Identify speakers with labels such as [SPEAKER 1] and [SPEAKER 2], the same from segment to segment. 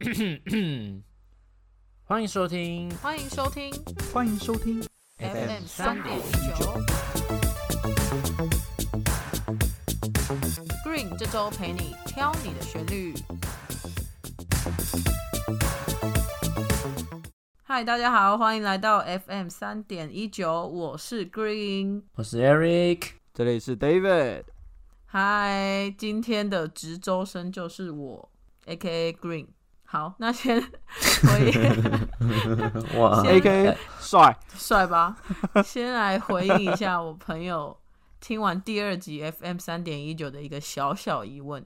[SPEAKER 1] 欢迎收听
[SPEAKER 2] 欢迎收听
[SPEAKER 3] 欢迎收听
[SPEAKER 2] FM 三点一九。Green 这周陪你挑你的旋律。嗨，大家好，欢迎来到 FM 三点一九，我是 Green。
[SPEAKER 1] 我是 Eric。
[SPEAKER 3] 这里是 David。
[SPEAKER 2] 嗨，今天的值周生就是我，A.K.A. Green。好，那先 回
[SPEAKER 1] 哇，
[SPEAKER 2] 先
[SPEAKER 3] A K 帅，
[SPEAKER 2] 帅吧？ 先来回应一下我朋友听完第二集 FM 三点一九的一个小小疑问。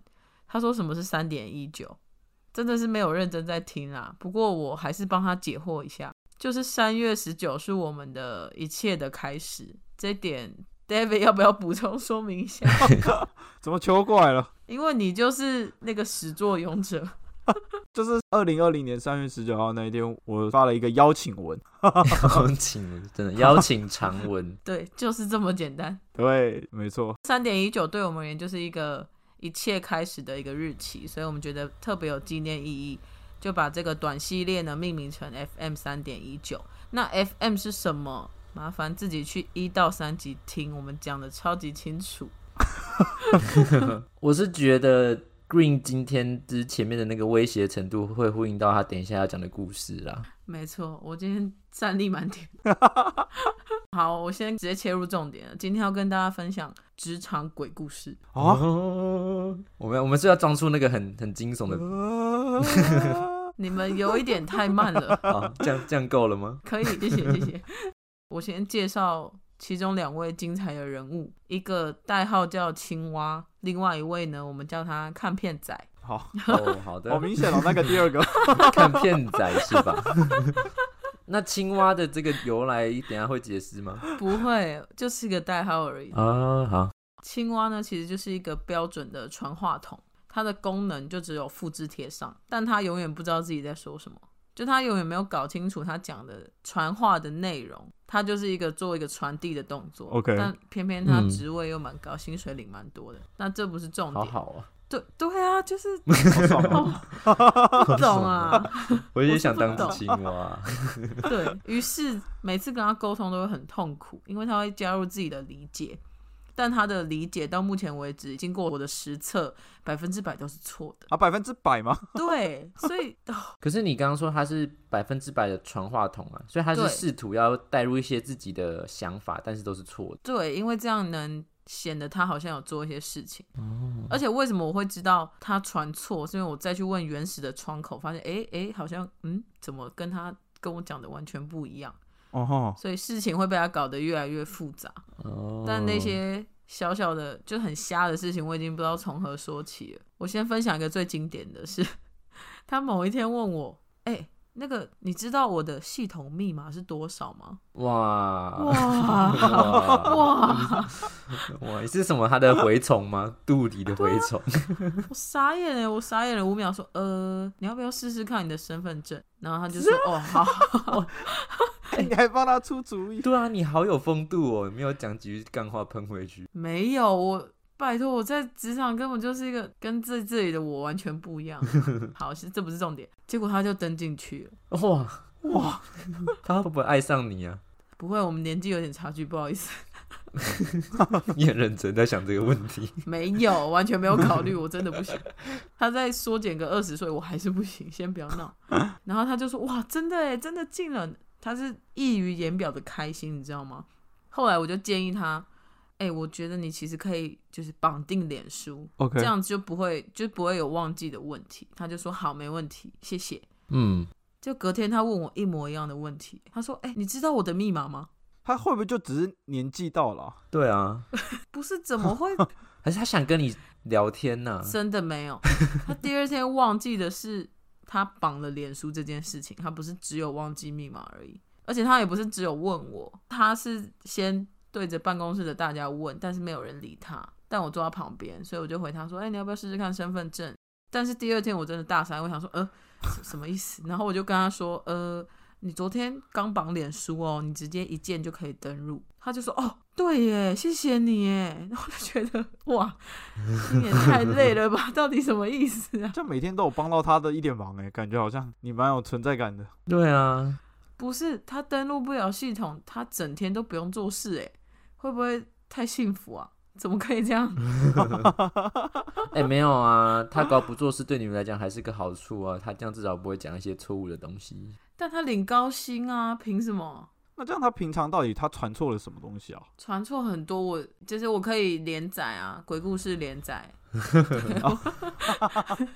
[SPEAKER 2] 他说什么是三点一九？真的是没有认真在听啦。不过我还是帮他解惑一下，就是三月十九是我们的一切的开始，这点 David 要不要补充说明一下？
[SPEAKER 3] 怎么球过来了？
[SPEAKER 2] 因为你就是那个始作俑者。，
[SPEAKER 3] 就是二零二零年三月十九号那一天，我发了一个邀请文，
[SPEAKER 1] 邀请真的邀请长文
[SPEAKER 2] 对，就是这么简单。
[SPEAKER 3] 对，没错，
[SPEAKER 2] 三点一九对我们而言就是一个一切开始的一个日期，所以我们觉得特别有纪念意义，就把这个短系列呢命名成 FM 三点一九。那 FM 是什么？麻烦自己去一到三集听，我们讲的超级清楚。
[SPEAKER 1] 我是觉得 Green 今天之前面的那个威胁程度会呼应到他等一下要讲的故事啦。
[SPEAKER 2] 没错，我今天战力满点。 好，我先直接切入重点了。今天要跟大家分享职场鬼故事。
[SPEAKER 3] 啊，
[SPEAKER 1] 哦， 我们我们是要装出那个很很惊悚 的
[SPEAKER 3] 嗯呃
[SPEAKER 2] 你们有一点太慢了。
[SPEAKER 1] 啊，这样这样够了吗？
[SPEAKER 2] 可以，谢谢谢谢。我先介绍其中两位精彩的人物，一个代号叫青蛙，另外一位呢，我们叫他看片仔。
[SPEAKER 3] 好，
[SPEAKER 1] 哦，好的，
[SPEAKER 3] 好明显哦，那个第 二个，
[SPEAKER 1] 看片仔是吧？ 那青蛙的这个由来，等一下会解释吗？
[SPEAKER 2] 不会，就是个代号而已。
[SPEAKER 1] 啊，好，
[SPEAKER 2] 青蛙呢，其实就是一个标准的传话筒，它的功能就只有复制贴上，但它永远不知道自己在说什么，就它永远没有搞清楚它讲的传话的内容，它就是一个做一个传递的动作。
[SPEAKER 3] OK
[SPEAKER 2] 但偏偏它
[SPEAKER 1] 嗯
[SPEAKER 2] 职位又蛮高，薪水领蛮多的，那这不是重
[SPEAKER 1] 好
[SPEAKER 2] 点。
[SPEAKER 1] 好啊，
[SPEAKER 2] 对对啊，就是
[SPEAKER 3] 好爽哦
[SPEAKER 2] 哦，不懂啊。
[SPEAKER 1] 我也想当
[SPEAKER 2] 我
[SPEAKER 1] 只
[SPEAKER 2] 是
[SPEAKER 1] 青蛙。
[SPEAKER 2] 对于是，每次跟他沟通都会很痛苦，因为他会加入自己的理解，但他的理解到目前为止，经过我的实测，百分之百都是错的。
[SPEAKER 3] 啊，百分之百吗？
[SPEAKER 2] 对，所以、哦
[SPEAKER 1] 可是你刚刚说他是百分之百的传话筒啊，所以他是
[SPEAKER 2] 对
[SPEAKER 1] 试图要带入一些自己的想法，但是都是错的。
[SPEAKER 2] 对，因为这样能显得他好像有做一些事情。而且为什么我会知道他传错，是因为我再去问原始的窗口，发现诶诶，好像嗯，怎么跟他跟我讲的完全不一样，
[SPEAKER 3] 哦吼，
[SPEAKER 2] 所以事情会被他搞得越来越复杂。
[SPEAKER 1] 哦
[SPEAKER 2] 但那些小小的就很瞎的事情，我已经不知道从何说起了。我先分享一个最经典的是，他某一天问我：“哎、那个你知道我的系统密码是多少吗
[SPEAKER 1] 哇？”
[SPEAKER 2] 哇
[SPEAKER 1] 哇
[SPEAKER 2] 哇！
[SPEAKER 1] 哇，你是什么？他的蛔虫吗？肚里的蛔虫？
[SPEAKER 2] 我傻眼了，我傻眼了五秒，说：“呃，你要不要试试看你的身份证？”然后他就说：“哦，好。
[SPEAKER 3] 你还帮他出主意，
[SPEAKER 1] 对啊，你好有风度哦，你没有讲几句干话喷回去”。
[SPEAKER 2] 没有我。拜托，我在职场根本就是一个跟这这里的我完全不一样。好，是这不是重点。结果他就登进去了。
[SPEAKER 1] 哇哇，他会不会爱上你啊？
[SPEAKER 2] 不会，我们年纪有点差距，不好意思。
[SPEAKER 1] 你很认真在想这个问题。
[SPEAKER 2] 没有，完全没有考虑，我真的不行。他再缩减个二十岁，我还是不行，先不要闹。然后他就说：“哇，真的哎，真的进了。”他是溢于言表的开心，你知道吗？后来我就建议他：“哎、我觉得你其实可以就是绑定脸书
[SPEAKER 3] OK
[SPEAKER 2] 这样子就不会就不会有忘记的问题。”他就说：“好，没问题，谢谢。
[SPEAKER 1] 嗯，”
[SPEAKER 2] 就隔天他问我一模一样的问题，他说：“哎、你知道我的密码吗？
[SPEAKER 3] 他会不会就只是年纪到了啊？
[SPEAKER 1] 对啊，
[SPEAKER 2] 不是怎么会
[SPEAKER 1] 还是他想跟你聊天呢、
[SPEAKER 2] 真的没有。他第二天忘记的是他绑了脸书这件事情，他不是只有忘记密码而已，而且他也不是只有问我，他是先对着办公室的大家问，但是没有人理他，但我坐他旁边，所以我就回他说：“哎、你要不要试试看身份证？”但是第二天我真的大三，我想说，呃，什什么意思？然后我就跟他说，呃，你昨天刚绑脸书哦，你直接一键就可以登入。”他就说：“哦，对耶，谢谢你耶。”然后我就觉得 哇，你也太累了吧？ 到底什么意思啊？
[SPEAKER 3] 这样每天都有帮到他的一点忙哎、感觉好像你蛮有存在感的。
[SPEAKER 1] 对啊，
[SPEAKER 2] 不是他登录不了系统，他整天都不用做事，哎，会不会太幸福啊？怎么可以这样？
[SPEAKER 1] 哎、没有啊，他搞不做事对你们来讲还是个好处啊，他这样至少不会讲一些错误的东西。
[SPEAKER 2] 但他领高薪啊，凭什么？
[SPEAKER 3] 那这样他平常到底他传错了什么东西啊？
[SPEAKER 2] 传错很多，我就是我可以连载啊，鬼故事连 载。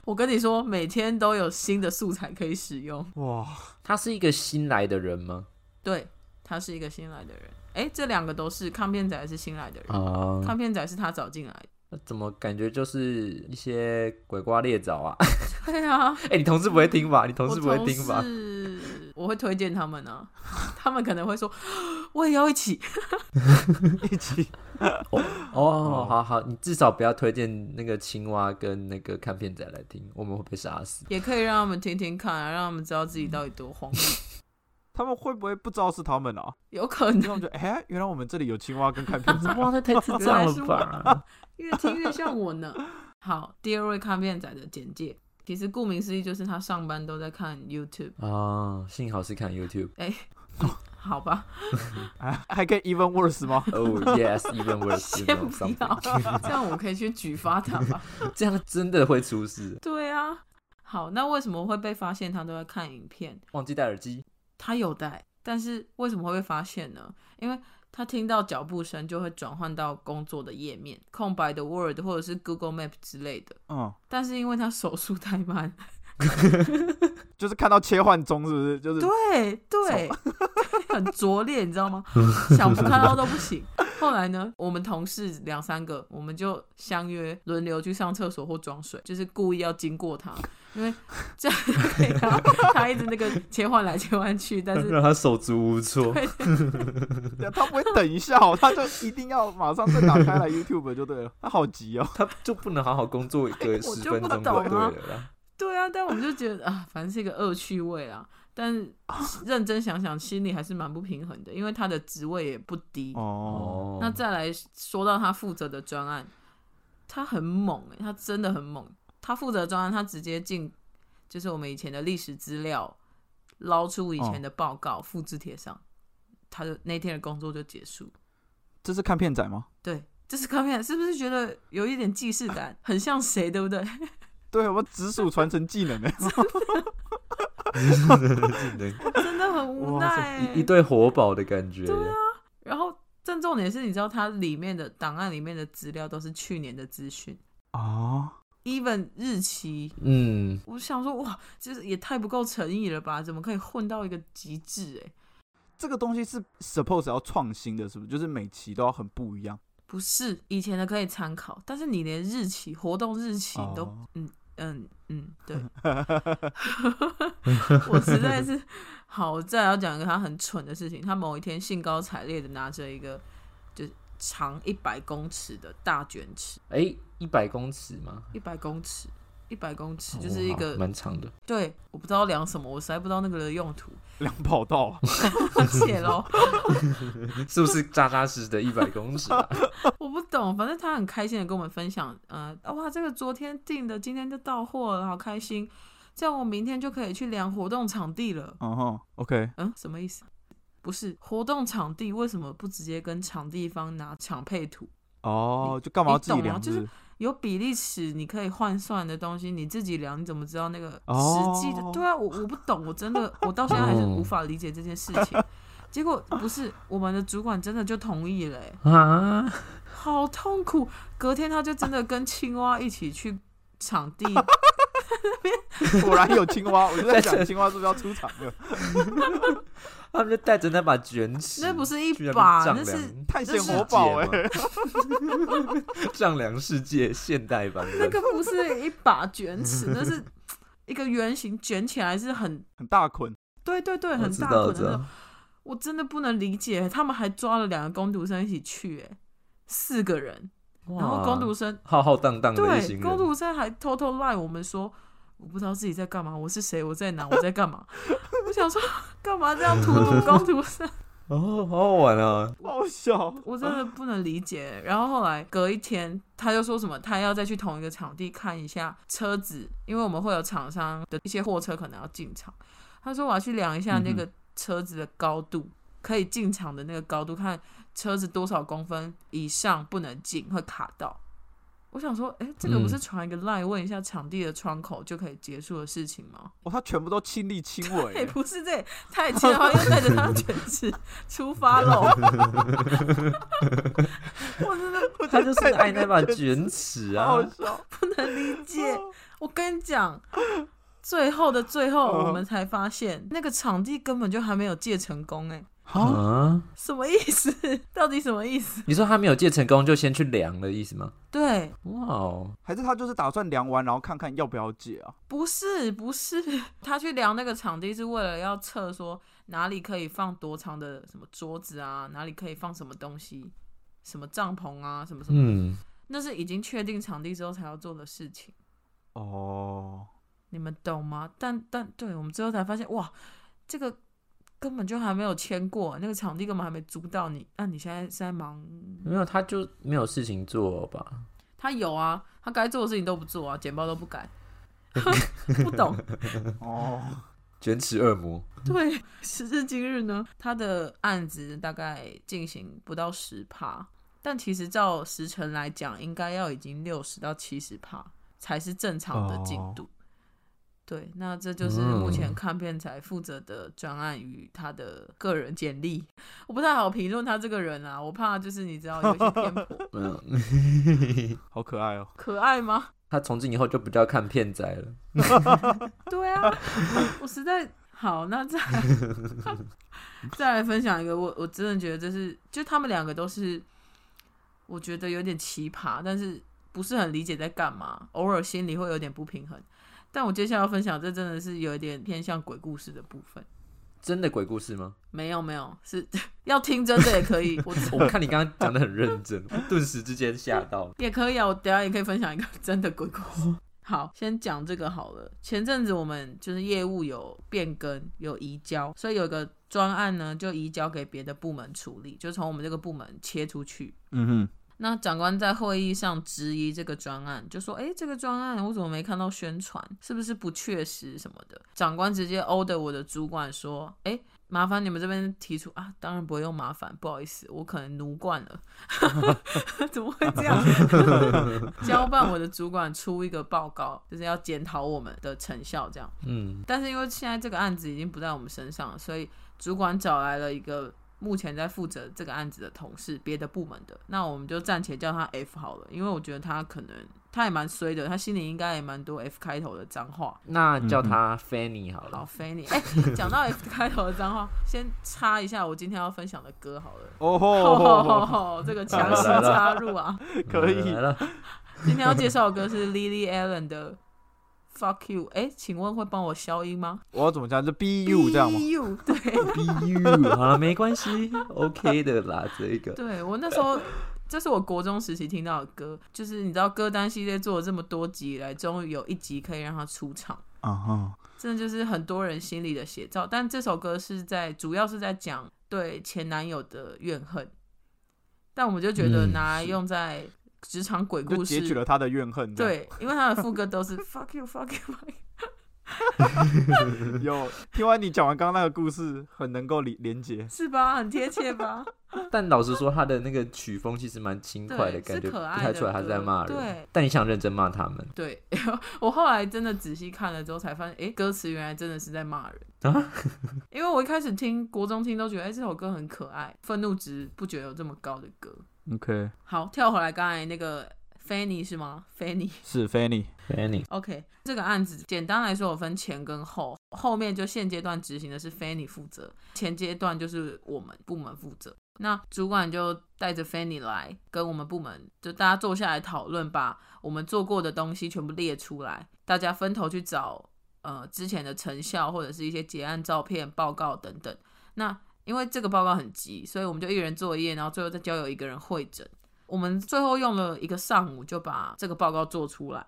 [SPEAKER 2] 我跟你说，每天都有新的素材可以使用。
[SPEAKER 3] 哇，
[SPEAKER 1] 他是一个新来的人吗？
[SPEAKER 2] 对，他是一个新来的人。哎，这两个都是抗辩仔是新来的人，
[SPEAKER 1] 啊、
[SPEAKER 2] 抗辩仔是他找进来的。
[SPEAKER 1] 那怎么感觉就是一些鬼瓜裂枣啊？
[SPEAKER 2] 对啊，
[SPEAKER 1] 哎、你同事不会听吧？你同
[SPEAKER 2] 我
[SPEAKER 1] 事不会听吧？
[SPEAKER 2] 同事我会推荐他们啊， 他们可能会说，我也要一起。
[SPEAKER 3] 一起
[SPEAKER 1] 哦，好好，你至少不要推荐那个青蛙跟那个看片仔来听，我们会被杀死。
[SPEAKER 2] 也可以让他们听听看、啊，让他们知道自己到底多荒谬。
[SPEAKER 3] 他们会不会不知道是他们啊？
[SPEAKER 2] 有可
[SPEAKER 3] 然后
[SPEAKER 2] 能
[SPEAKER 3] 我们就哎、原来我们这里有青蛙跟看片 子。
[SPEAKER 1] 哇，那太智障了吧！
[SPEAKER 2] 越听越像我呢。好，第二位看片仔的简介，其实顾名思义就是他上班都在看 YouTube。
[SPEAKER 1] 哦，幸好是看 YouTube。
[SPEAKER 2] 哎、好吧，
[SPEAKER 3] 啊还可以 even worse 吗？
[SPEAKER 1] Oh yes, even worse.
[SPEAKER 2] 先
[SPEAKER 1] you know
[SPEAKER 2] 不
[SPEAKER 1] something.
[SPEAKER 2] 要，这样我可以去举发他吧。
[SPEAKER 1] 这样真的会出事。
[SPEAKER 2] 对啊，好，那为什么会被发现他都在看影片？
[SPEAKER 1] 忘记戴耳机，
[SPEAKER 2] 他有带，但是为什么会被发现呢？因为他听到脚步声就会转换到工作的页面、空白的 Word 或者是 Google Map 之类的。
[SPEAKER 3] 嗯，
[SPEAKER 2] 但是因为他手速太慢，
[SPEAKER 3] 就是看到切换中是不是？就是
[SPEAKER 2] 对对， 很拙劣，你知道吗？想不看到都不行。后来呢，我们同事两三个，我们就相约轮流去上厕所或装水，就是故意要经过他，因为这样可以让他他一直那个切换来切换去，但是
[SPEAKER 1] 让他手足无措。
[SPEAKER 3] 他不会等一下、哦，他就一定要马上再打开来 YouTube 就对了。他好急哦，
[SPEAKER 1] 他就不能好好工作个
[SPEAKER 2] 哎我
[SPEAKER 1] 十
[SPEAKER 2] 就
[SPEAKER 1] 分
[SPEAKER 2] 不
[SPEAKER 1] 钟就
[SPEAKER 2] 懂
[SPEAKER 1] 对
[SPEAKER 2] 啊
[SPEAKER 1] 了啦。
[SPEAKER 2] 对啊，但我们就觉得啊，反正是一个恶趣味啊。但认真想想，心里还是蛮不平衡的，因为他的职位也不低。
[SPEAKER 3] 哦，
[SPEAKER 1] 哦，
[SPEAKER 2] 那再来说到他负责的专案，他很猛哎、他真的很猛。他负责的专案，他直接进就是我们以前的历史资料，捞出以前的报告，复制贴上，他的那天的工作就结束。
[SPEAKER 3] 这是看片仔吗？
[SPEAKER 2] 对，这是看片，是不是觉得有一点既视感， 很像谁，对不 对？
[SPEAKER 3] 对，我们直属传承技 能呢。欸
[SPEAKER 1] 技能
[SPEAKER 2] 真的很无奈
[SPEAKER 3] 哇塞
[SPEAKER 2] 欸、
[SPEAKER 1] 一对活宝的感觉。
[SPEAKER 2] 啊然后正重点是，你知道它里面的档案里面的资料都是去年的资讯
[SPEAKER 3] 哦，
[SPEAKER 2] ，even 日期。
[SPEAKER 1] 嗯，
[SPEAKER 2] 我想说，哇，就是也太不够诚意了吧？怎么可以混到一个极致？哎，
[SPEAKER 3] 这个东西是 suppose 要创新的，是不是？就是每期都要很不一样。
[SPEAKER 2] 不是以前的可以参考，但是你连日期、活动日期你都，
[SPEAKER 3] 哦
[SPEAKER 2] 嗯嗯嗯， 对，我实在是好。我再要讲一个他很蠢的事情，他某一天兴高采烈的拿着一个就是长一百公尺的大卷尺，
[SPEAKER 1] 哎，一百公尺吗？
[SPEAKER 2] 一百公尺，一百公尺就
[SPEAKER 1] 哦
[SPEAKER 2] 是一
[SPEAKER 1] 好
[SPEAKER 2] 个、
[SPEAKER 1] 蛮长的。
[SPEAKER 2] 对，我不知道量什么，我实在不知道那个的用途，
[SPEAKER 3] 两跑道啊，
[SPEAKER 2] 而且咯，
[SPEAKER 1] 是不是扎扎实实的一百公尺、啊？
[SPEAKER 2] 我不懂，反正他很开心的跟我们分享，呃，啊哇，这个昨天订的，今天就到货了，好开心，这样我明天就可以去量活动场地了。
[SPEAKER 3] 嗯哼，OK，
[SPEAKER 2] 嗯，什么意思？不是活动场地为什么不直接跟场地方拿场配图？
[SPEAKER 3] 哦，就干嘛要自己量？
[SPEAKER 2] 你懂吗啊
[SPEAKER 3] 不
[SPEAKER 2] 有比例尺，你可以换算的东西，你自己量，你怎么知道那个
[SPEAKER 3] 哦
[SPEAKER 2] 实际的？对啊，我我不懂，我真的我到现在还是
[SPEAKER 1] 嗯
[SPEAKER 2] 无法理解这件事情。结果不是我们的主管真的就同意了、欸，
[SPEAKER 1] 啊，
[SPEAKER 2] 好痛苦。隔天他就真的跟青蛙一起去场 地，
[SPEAKER 3] 果然有青蛙，我就 在想青蛙是不是要出场了？
[SPEAKER 1] 他们就带着那把卷尺，
[SPEAKER 2] 那不是一
[SPEAKER 1] 去那边
[SPEAKER 2] 把，
[SPEAKER 1] 丈
[SPEAKER 2] 那
[SPEAKER 1] 量
[SPEAKER 2] 是
[SPEAKER 3] 探险活宝哎、
[SPEAKER 1] 丈量世界现代版的。
[SPEAKER 2] 那个不是一把卷尺， 那是一个圆形卷起来，是很
[SPEAKER 3] 很大捆，
[SPEAKER 2] 对对对，
[SPEAKER 1] 我
[SPEAKER 2] 很
[SPEAKER 1] 知
[SPEAKER 2] 大
[SPEAKER 1] 道，我
[SPEAKER 2] 捆的
[SPEAKER 1] 知
[SPEAKER 2] 那种
[SPEAKER 1] 道。
[SPEAKER 2] 我真的不能理解，他们还抓了两个工读生一起去、哎，四个人，然后
[SPEAKER 1] 哇
[SPEAKER 2] 工读生
[SPEAKER 1] 浩浩荡荡的一
[SPEAKER 2] 对
[SPEAKER 1] 行人，
[SPEAKER 2] 工读生还偷偷赖我们说，我不知道自己在干嘛，我是谁，我在哪，我在干嘛？我想说， 干嘛这样荼毒公主生？
[SPEAKER 4] 哦，好好玩啊！
[SPEAKER 3] 好笑。
[SPEAKER 2] 我真的不能理解。欸然后后来隔一天，他就说什么，他要再去同一个场地看一下车子，因为我们会有厂商的一些货车可能要进场。他说我要去量一下那个车子的高度，可以进场的那个高度，看车子多少公分以上不能进，会卡到。我想说，哎，这个不是传一个 line 问一下场地的窗口就可以结束的事情吗？
[SPEAKER 3] 哇，哦他全部都亲力亲 为
[SPEAKER 2] 哎、
[SPEAKER 3] 耶，
[SPEAKER 2] 不是这，他也亲的话，又带着他的犬齿出发喽。我真的
[SPEAKER 1] 他就是爱那把卷尺
[SPEAKER 3] 好
[SPEAKER 1] 啊
[SPEAKER 3] 好！笑。
[SPEAKER 2] 不能理解。
[SPEAKER 3] 啊
[SPEAKER 2] 我跟你讲，最后的最后，
[SPEAKER 3] 嗯
[SPEAKER 2] 我们才发现那个场地根本就还没有借成功、哎，
[SPEAKER 3] 啊，
[SPEAKER 1] 啊，
[SPEAKER 2] 什么意思？ 到底什么意思？
[SPEAKER 1] 你说他没有借成功就先去量的意思吗？
[SPEAKER 2] 对，
[SPEAKER 1] 哇哦，
[SPEAKER 3] 还是他就是打算量完，然后看看要不要解啊？
[SPEAKER 2] 不是不是，他去量那个场地是为了要测说哪里可以放多长的什么桌子啊，哪里可以放什么东西，什么帐篷啊，什么什么的。
[SPEAKER 1] 嗯，
[SPEAKER 2] 那是已经确定场地之后才要做的事情，
[SPEAKER 3] 哦，
[SPEAKER 2] 你们懂吗？但但对我们最后才发现，哇，这个根本就还没有签过，那个场地根本还没租到你。那、你现在是在忙？
[SPEAKER 1] 没有，他就没有事情做吧？
[SPEAKER 2] 他有啊，他该做的事情都不做啊，简报都不改， 不懂。
[SPEAKER 3] 哦，
[SPEAKER 1] 卷尺恶魔，
[SPEAKER 2] 对，时至今日呢，他的案子大概进行不到十趴，但其实照时程来讲，应该要已经六十到七十趴才是正常的进度。对，那这就是目前
[SPEAKER 1] 嗯
[SPEAKER 2] 看片才负责的专案与他的个人简历。我不太好评论他这个人啊，我怕就是你知道有一些偏颇。
[SPEAKER 1] 嗯，
[SPEAKER 3] 好可爱哦。
[SPEAKER 2] 可爱吗？
[SPEAKER 1] 他从今以后就不叫看片仔了。
[SPEAKER 2] 对啊，我实在好，那再来再来分享一个，我我真的觉得这是，就他们两个都是，我觉得有点奇葩，但是不是很理解在干嘛，偶尔心里会有点不平衡。但我接下来要分享，这真的是有一点偏向鬼故事的部分。
[SPEAKER 1] 真的鬼故事吗？
[SPEAKER 2] 没有没有，是 要听真的也可以，我
[SPEAKER 1] 我看你刚刚讲的很认真，我顿时之间吓到。
[SPEAKER 2] 也可以啊，我等一下也可以分享一个真的鬼故事。 好，先讲这个好了。前阵子我们就是业务有变更，有移交，所以有一个专案呢就移交给别的部门处理，就从我们这个部门切出去。
[SPEAKER 3] 嗯
[SPEAKER 2] 那长官在会议上质疑这个专案，就说：“诶，这个专案我怎么没看到宣传？是不是不确实什么的？”长官直接 order 我的主管说：“诶，麻烦你们这边提出啊，当然不会用麻烦，不好意思，我可能奴惯了， 怎么会这样？ 交办我的主管出一个报告，就是要检讨我们的成效这样。”
[SPEAKER 1] 嗯，
[SPEAKER 2] 但是因为现在这个案子已经不在我们身上了，所以主管找来了一个目前在负责这个案子的同事，别的部门的。那我们就暂且叫他 F 好了，因为我觉得他可能他也蛮衰的，他心里应该也蛮多 F 开头的脏话。
[SPEAKER 1] 那叫他 Fanny 好
[SPEAKER 2] 老
[SPEAKER 1] 了。
[SPEAKER 2] 飞 你，哎、讲到 F 开头的脏话，先插一下我今天要分享的歌好了。
[SPEAKER 3] 哼，哦
[SPEAKER 2] 吼吼吼
[SPEAKER 3] 吼，
[SPEAKER 2] 吼！这个强行插入啊！
[SPEAKER 3] 嗯可以
[SPEAKER 1] 来了，
[SPEAKER 2] 今天要介绍的歌是 Lily Allen 的《Fuck You》。哎，请问会帮我消音吗
[SPEAKER 3] 我要怎么讲？是 B U 这样吗
[SPEAKER 2] B U 对。
[SPEAKER 1] 呦 好了，没关系，OK 的啦，这个。
[SPEAKER 2] 对我那时候，这是我国中时期听到的歌，就是你知道歌单系列做了这么多集以来，终于有一集可以让它出场，
[SPEAKER 3] 啊哈，
[SPEAKER 2] 真的就是很多人心里的写照。但这首歌是在主要是在讲对前男友的怨恨，但我们就觉得
[SPEAKER 1] 嗯
[SPEAKER 2] 拿来用在职场鬼
[SPEAKER 3] 就
[SPEAKER 2] 故事，
[SPEAKER 3] 截取了他的怨恨。，
[SPEAKER 2] 对，因为它的副歌都是 fuck you fuck you fuck you。
[SPEAKER 3] 有听完你讲完刚刚那个故事，很能够连连接。
[SPEAKER 2] 是吧？很贴切吧？
[SPEAKER 1] 但老实说，他的那个曲风其实蛮轻快
[SPEAKER 2] 对
[SPEAKER 1] 感
[SPEAKER 2] 是
[SPEAKER 1] 觉，不
[SPEAKER 2] 可爱
[SPEAKER 1] 太
[SPEAKER 2] 的
[SPEAKER 1] 出来他是在
[SPEAKER 2] 歌
[SPEAKER 1] 骂人
[SPEAKER 2] 对。
[SPEAKER 1] 但你想认真骂他们
[SPEAKER 2] 对 我后来真的仔细看了之后，才发现，诶，歌词原来真的是在骂人。
[SPEAKER 1] 啊？
[SPEAKER 2] 因为我一开始听国中听都觉得，哎、这首歌很可爱，愤怒值不觉得有这么高的歌。
[SPEAKER 3] OK，
[SPEAKER 2] 好，跳回来刚才那个 Fanny 是吗？Fanny。
[SPEAKER 3] 是 Fanny。
[SPEAKER 1] ，Fanny，
[SPEAKER 2] OK，这个案子简单来说，我分前跟后，后面就现阶段执行的是 Fanny 负责，前阶段就是我们部门负责。那主管就带着 Fanny 来跟我们部门，就大家坐下来讨论，把我们做过的东西全部列出来，大家分头去找呃之前的成效或者是一些结案照片、报告等等。那因为这个报告很急，所以我们就一人做一页，然后最后再交由一个人会诊。我们最后用了一个上午就把这个报告做出来。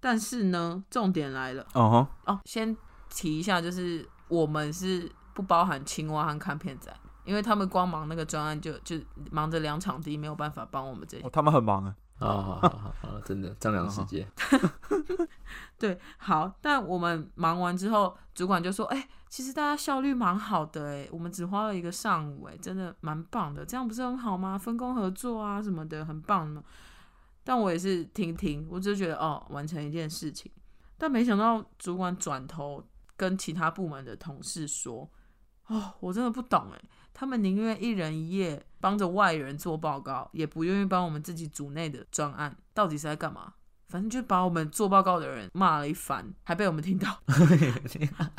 [SPEAKER 2] 但是呢，重点来了
[SPEAKER 3] 哦吼，
[SPEAKER 2] 哦，先提一下，就是我们是不包含青蛙和看片仔，因为他们光忙那个专案就就忙着两场地，没有办法帮我们这些。
[SPEAKER 3] 哦他们很忙啊。
[SPEAKER 1] 好哦好好好好，真的丈量世界。
[SPEAKER 2] 对，好，但我们忙完之后，主管就说：“哎、其实大家效率蛮好的，哎，我们只花了一个上午，哎，真的蛮棒的，这样不是很好吗？分工合作啊什么的，很棒嘛。”但我也是听听，我只是觉得哦，完成一件事情，但没想到主管转头跟其他部门的同事说：“哦，我真的不懂，哎，他们宁愿一人一夜帮着外人做报告，也不愿意帮我们自己组内的专案，到底是在干嘛？”反正就把我们做报告的人骂了一番，还被我们听到。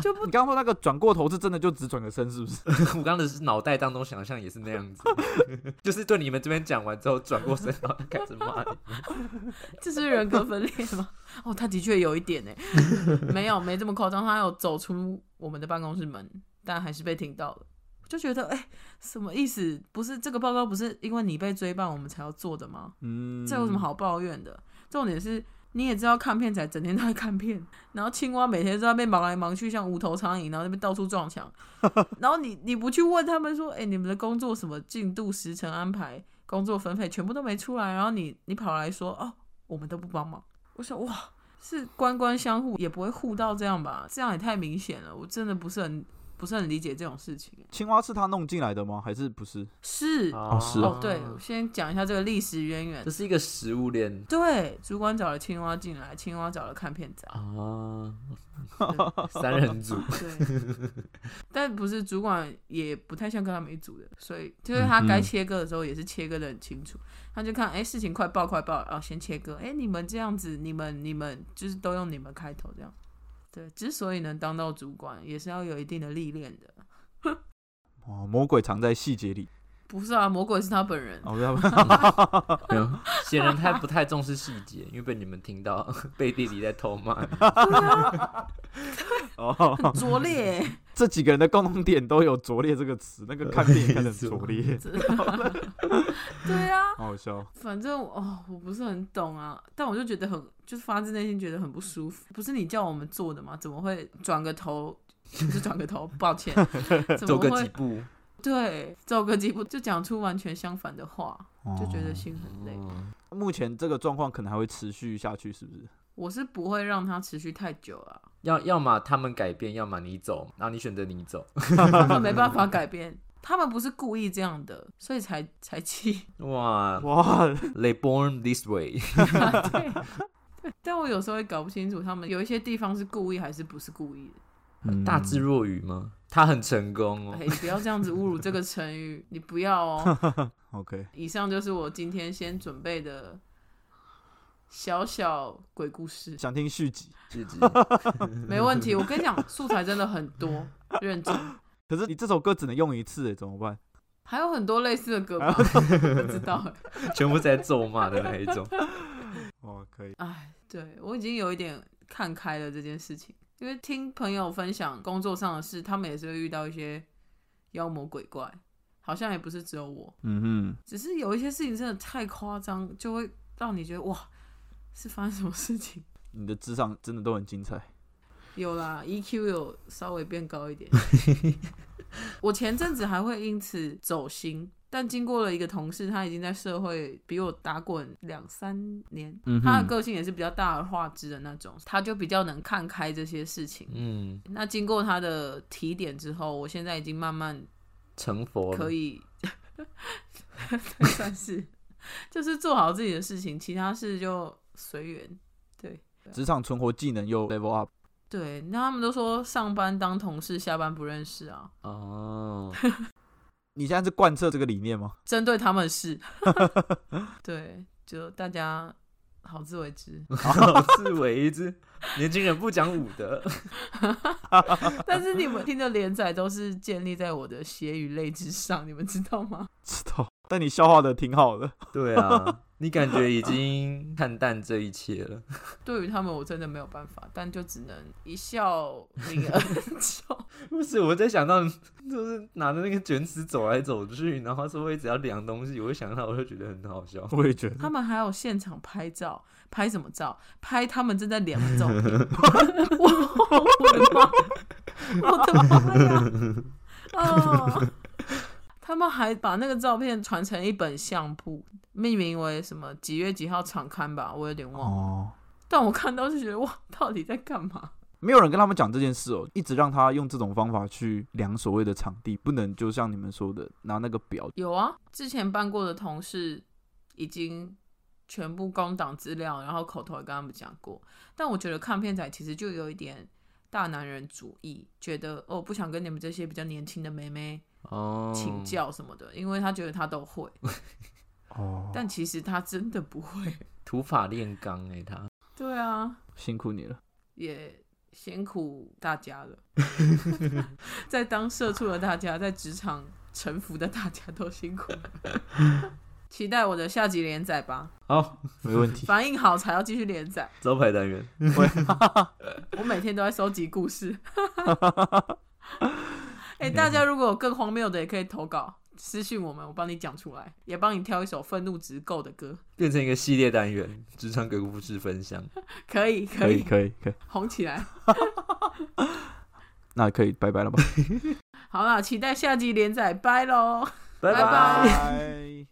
[SPEAKER 3] 就不，你刚刚说那个转过头是真的就只转个身，是不是？
[SPEAKER 1] 我刚刚的脑袋当中想象也是那样子， 就是对你们这边讲完之后转过身，然后开始骂你。
[SPEAKER 2] 这是人格分裂吗？ 哦，他的确有一点呢， 没有没这么夸张，他有走出我们的办公室门，但还是被听到了。我就觉得，哎、什么意思？不是这个报告不是因为你被追办我们才要做的吗？
[SPEAKER 3] 嗯，
[SPEAKER 2] 这有什么？好抱怨的？重点是你也知道看片仔整天都在看片，然后青蛙每天都在被忙来忙去，像无头苍蝇，然后那边到处撞墙。然后你你不去问他们说，哎、你们的工作什么进度、时程安排、工作分配全部都没出来，然后你你跑来说，哦，我们都不帮忙。我想哇，是官官相护，也不会护到这样吧？这样也太明显了，我真的不是很不是很理解这种事情。
[SPEAKER 3] 嗯青蛙是他弄进来的吗？还是不是？
[SPEAKER 2] 是
[SPEAKER 1] 哦
[SPEAKER 3] 是
[SPEAKER 2] 哦，对，我先讲一下这个历史渊源
[SPEAKER 1] 这。是一个食物链
[SPEAKER 2] 对，主管找了青蛙进来，青蛙找了看片仔。
[SPEAKER 1] 啊，
[SPEAKER 2] 对
[SPEAKER 1] 三人组。
[SPEAKER 2] 对，但不是主管也不太像跟他们一组的，所以就是他该切割的时候也是切割的很清楚。他就看，哎、事情快爆快爆，然后先切割。哎、你们这样子，你们你们就是都用你们开头这样。对，之所以能当到主管，也是要有一定的历练的。
[SPEAKER 3] 哦，魔鬼藏在细节里。
[SPEAKER 2] 不是啊，魔鬼是他本人。
[SPEAKER 3] 哦，对啊，
[SPEAKER 1] 没有显然他不太重视细节，因为被你们听到 背地里在偷骂你。
[SPEAKER 3] 哦，
[SPEAKER 2] 很拙劣，欸
[SPEAKER 3] 这几个人的共同点都有“拙劣”这个词，那个看电影看的拙劣，
[SPEAKER 2] 真的对啊，
[SPEAKER 3] 好好笑。
[SPEAKER 2] 反正哦，我不是很懂啊，但我就觉得很，就是发自内心觉得很不舒服。不是你叫我们做的吗？怎么会转个头？不是转个头，抱歉，怎
[SPEAKER 1] 走
[SPEAKER 2] 么
[SPEAKER 1] 个几
[SPEAKER 2] 会
[SPEAKER 1] 步，
[SPEAKER 2] 对走个几步就讲出完全相反的话，就觉得心很累。
[SPEAKER 3] 哦目前这个状况可能还会持续下去，是不是？
[SPEAKER 2] 我是不会让它持续太久 啊，
[SPEAKER 1] 要要么他们改变，要么你走，然后你选择你走。
[SPEAKER 2] 他们没办法改变，他们不是故意这样的，所以才才气。
[SPEAKER 1] 哇
[SPEAKER 3] 哇，
[SPEAKER 1] ，They born this way。
[SPEAKER 2] 对，对但我有时候也搞不清楚，他们有一些地方是故意还是不是故意的。
[SPEAKER 3] 嗯
[SPEAKER 1] 大智若愚吗？他很成功哦。
[SPEAKER 2] 哎、你不要这样子侮辱这个成语，你不要哦。
[SPEAKER 3] 嗯 OK，
[SPEAKER 2] 以上就是我今天先准备的小小鬼故事，
[SPEAKER 3] 想听续集。
[SPEAKER 1] 自己
[SPEAKER 2] 没问题。我跟你讲，素材真的很多，认真，
[SPEAKER 3] 可是你这首歌只能用一次，哎，怎么办？
[SPEAKER 2] 还有很多类似的歌吧， 不知道哎。
[SPEAKER 1] 全部在咒骂的那一种。
[SPEAKER 3] 哦，可以。
[SPEAKER 2] 哎，对我已经有一点看开了这件事情，因为听朋友分享工作上的事，他们也是会遇到一些妖魔鬼怪，好像也不是只有我，
[SPEAKER 3] 嗯
[SPEAKER 2] 只是有一些事情真的太夸张，就会让你觉得哇，是发生什么事情。
[SPEAKER 3] 哼，你的智商真的都很精彩。
[SPEAKER 2] 有啦，EQ 有稍微变高一点。我前阵子还会因此走心，但经过了一个同事，他已经在社会比我打滚两三年，
[SPEAKER 3] 嗯
[SPEAKER 2] 他的个性也是比较大而化之的那种，他就比较能看开这些事情。
[SPEAKER 1] 嗯，
[SPEAKER 2] 那经过他的提点之后，我现在已经慢慢
[SPEAKER 1] 成佛了
[SPEAKER 2] 可。以， 算是就是做好自己的事情，其他事就随缘。
[SPEAKER 3] 职场存活技能又 level up。
[SPEAKER 2] 对，那他们都说上班当同事，下班不认识啊。
[SPEAKER 1] 哦，
[SPEAKER 3] 你现在是贯彻这个理念吗？
[SPEAKER 2] 针对他们是， 对，就大家好自为之。
[SPEAKER 1] 好自为之。年轻人不讲武德，
[SPEAKER 2] 但是你们听的连载都是建立在我的血与泪之上，你们知道吗？
[SPEAKER 3] 知道，但你消化的挺好的。
[SPEAKER 1] 对啊，你感觉已经看淡这一切了。
[SPEAKER 2] 对于他们，我真的没有办法，但就只能一笑 泯恩仇。
[SPEAKER 1] 不是，我在想到就是拿着那个卷尺走来走去，然后说会只要量东西，我就想到我就觉得很好笑。
[SPEAKER 3] 我也觉得，
[SPEAKER 2] 他们还有现场拍照，拍什么照？拍他们正在脸的照片。我我的妈！我的妈呀！哦，他们还把那个照片传成一本相簿，命名为什么几月几号场刊吧，我有点忘了。
[SPEAKER 3] 哦，
[SPEAKER 2] 但我看到就觉得哇，到底在干嘛？
[SPEAKER 3] 没有人跟他们讲这件事哦，一直让他用这种方法去量所谓的场地，不能就像你们说的拿那个表。
[SPEAKER 2] 有啊，之前办过的同事已经全部公档资料，然后口头也跟他们讲过。但我觉得看片仔其实就有一点大男人主义，觉得哦不想跟你们这些比较年轻的妹妹
[SPEAKER 1] 哦，
[SPEAKER 2] 请教什么的，因为他觉得他都会，
[SPEAKER 3] 哦，
[SPEAKER 2] 但其实他真的不会。
[SPEAKER 1] 土法炼钢哎，他
[SPEAKER 2] 对啊，
[SPEAKER 3] 辛苦你了。
[SPEAKER 2] 也辛苦大家了，在当社畜的大家，在职场沉浮的大家都辛苦了。期待我的下集连载吧，
[SPEAKER 1] 好，
[SPEAKER 3] 没问题。
[SPEAKER 2] 反应好才要继续连载。
[SPEAKER 4] 招牌单元，
[SPEAKER 2] 我每天都在收集故 事。哎、大家如果有更荒谬的，也可以投稿私信我们，我帮你讲出来，也帮你挑一首愤怒值够的歌，
[SPEAKER 1] 变成一个系列单元，职场鬼故事分享。
[SPEAKER 2] 可以可
[SPEAKER 3] 可以
[SPEAKER 2] 以
[SPEAKER 3] 可以可以，
[SPEAKER 2] 红起来。
[SPEAKER 3] 那可以拜拜了吧？
[SPEAKER 2] 好啦，期待下集连载，拜喽。拜
[SPEAKER 3] 拜。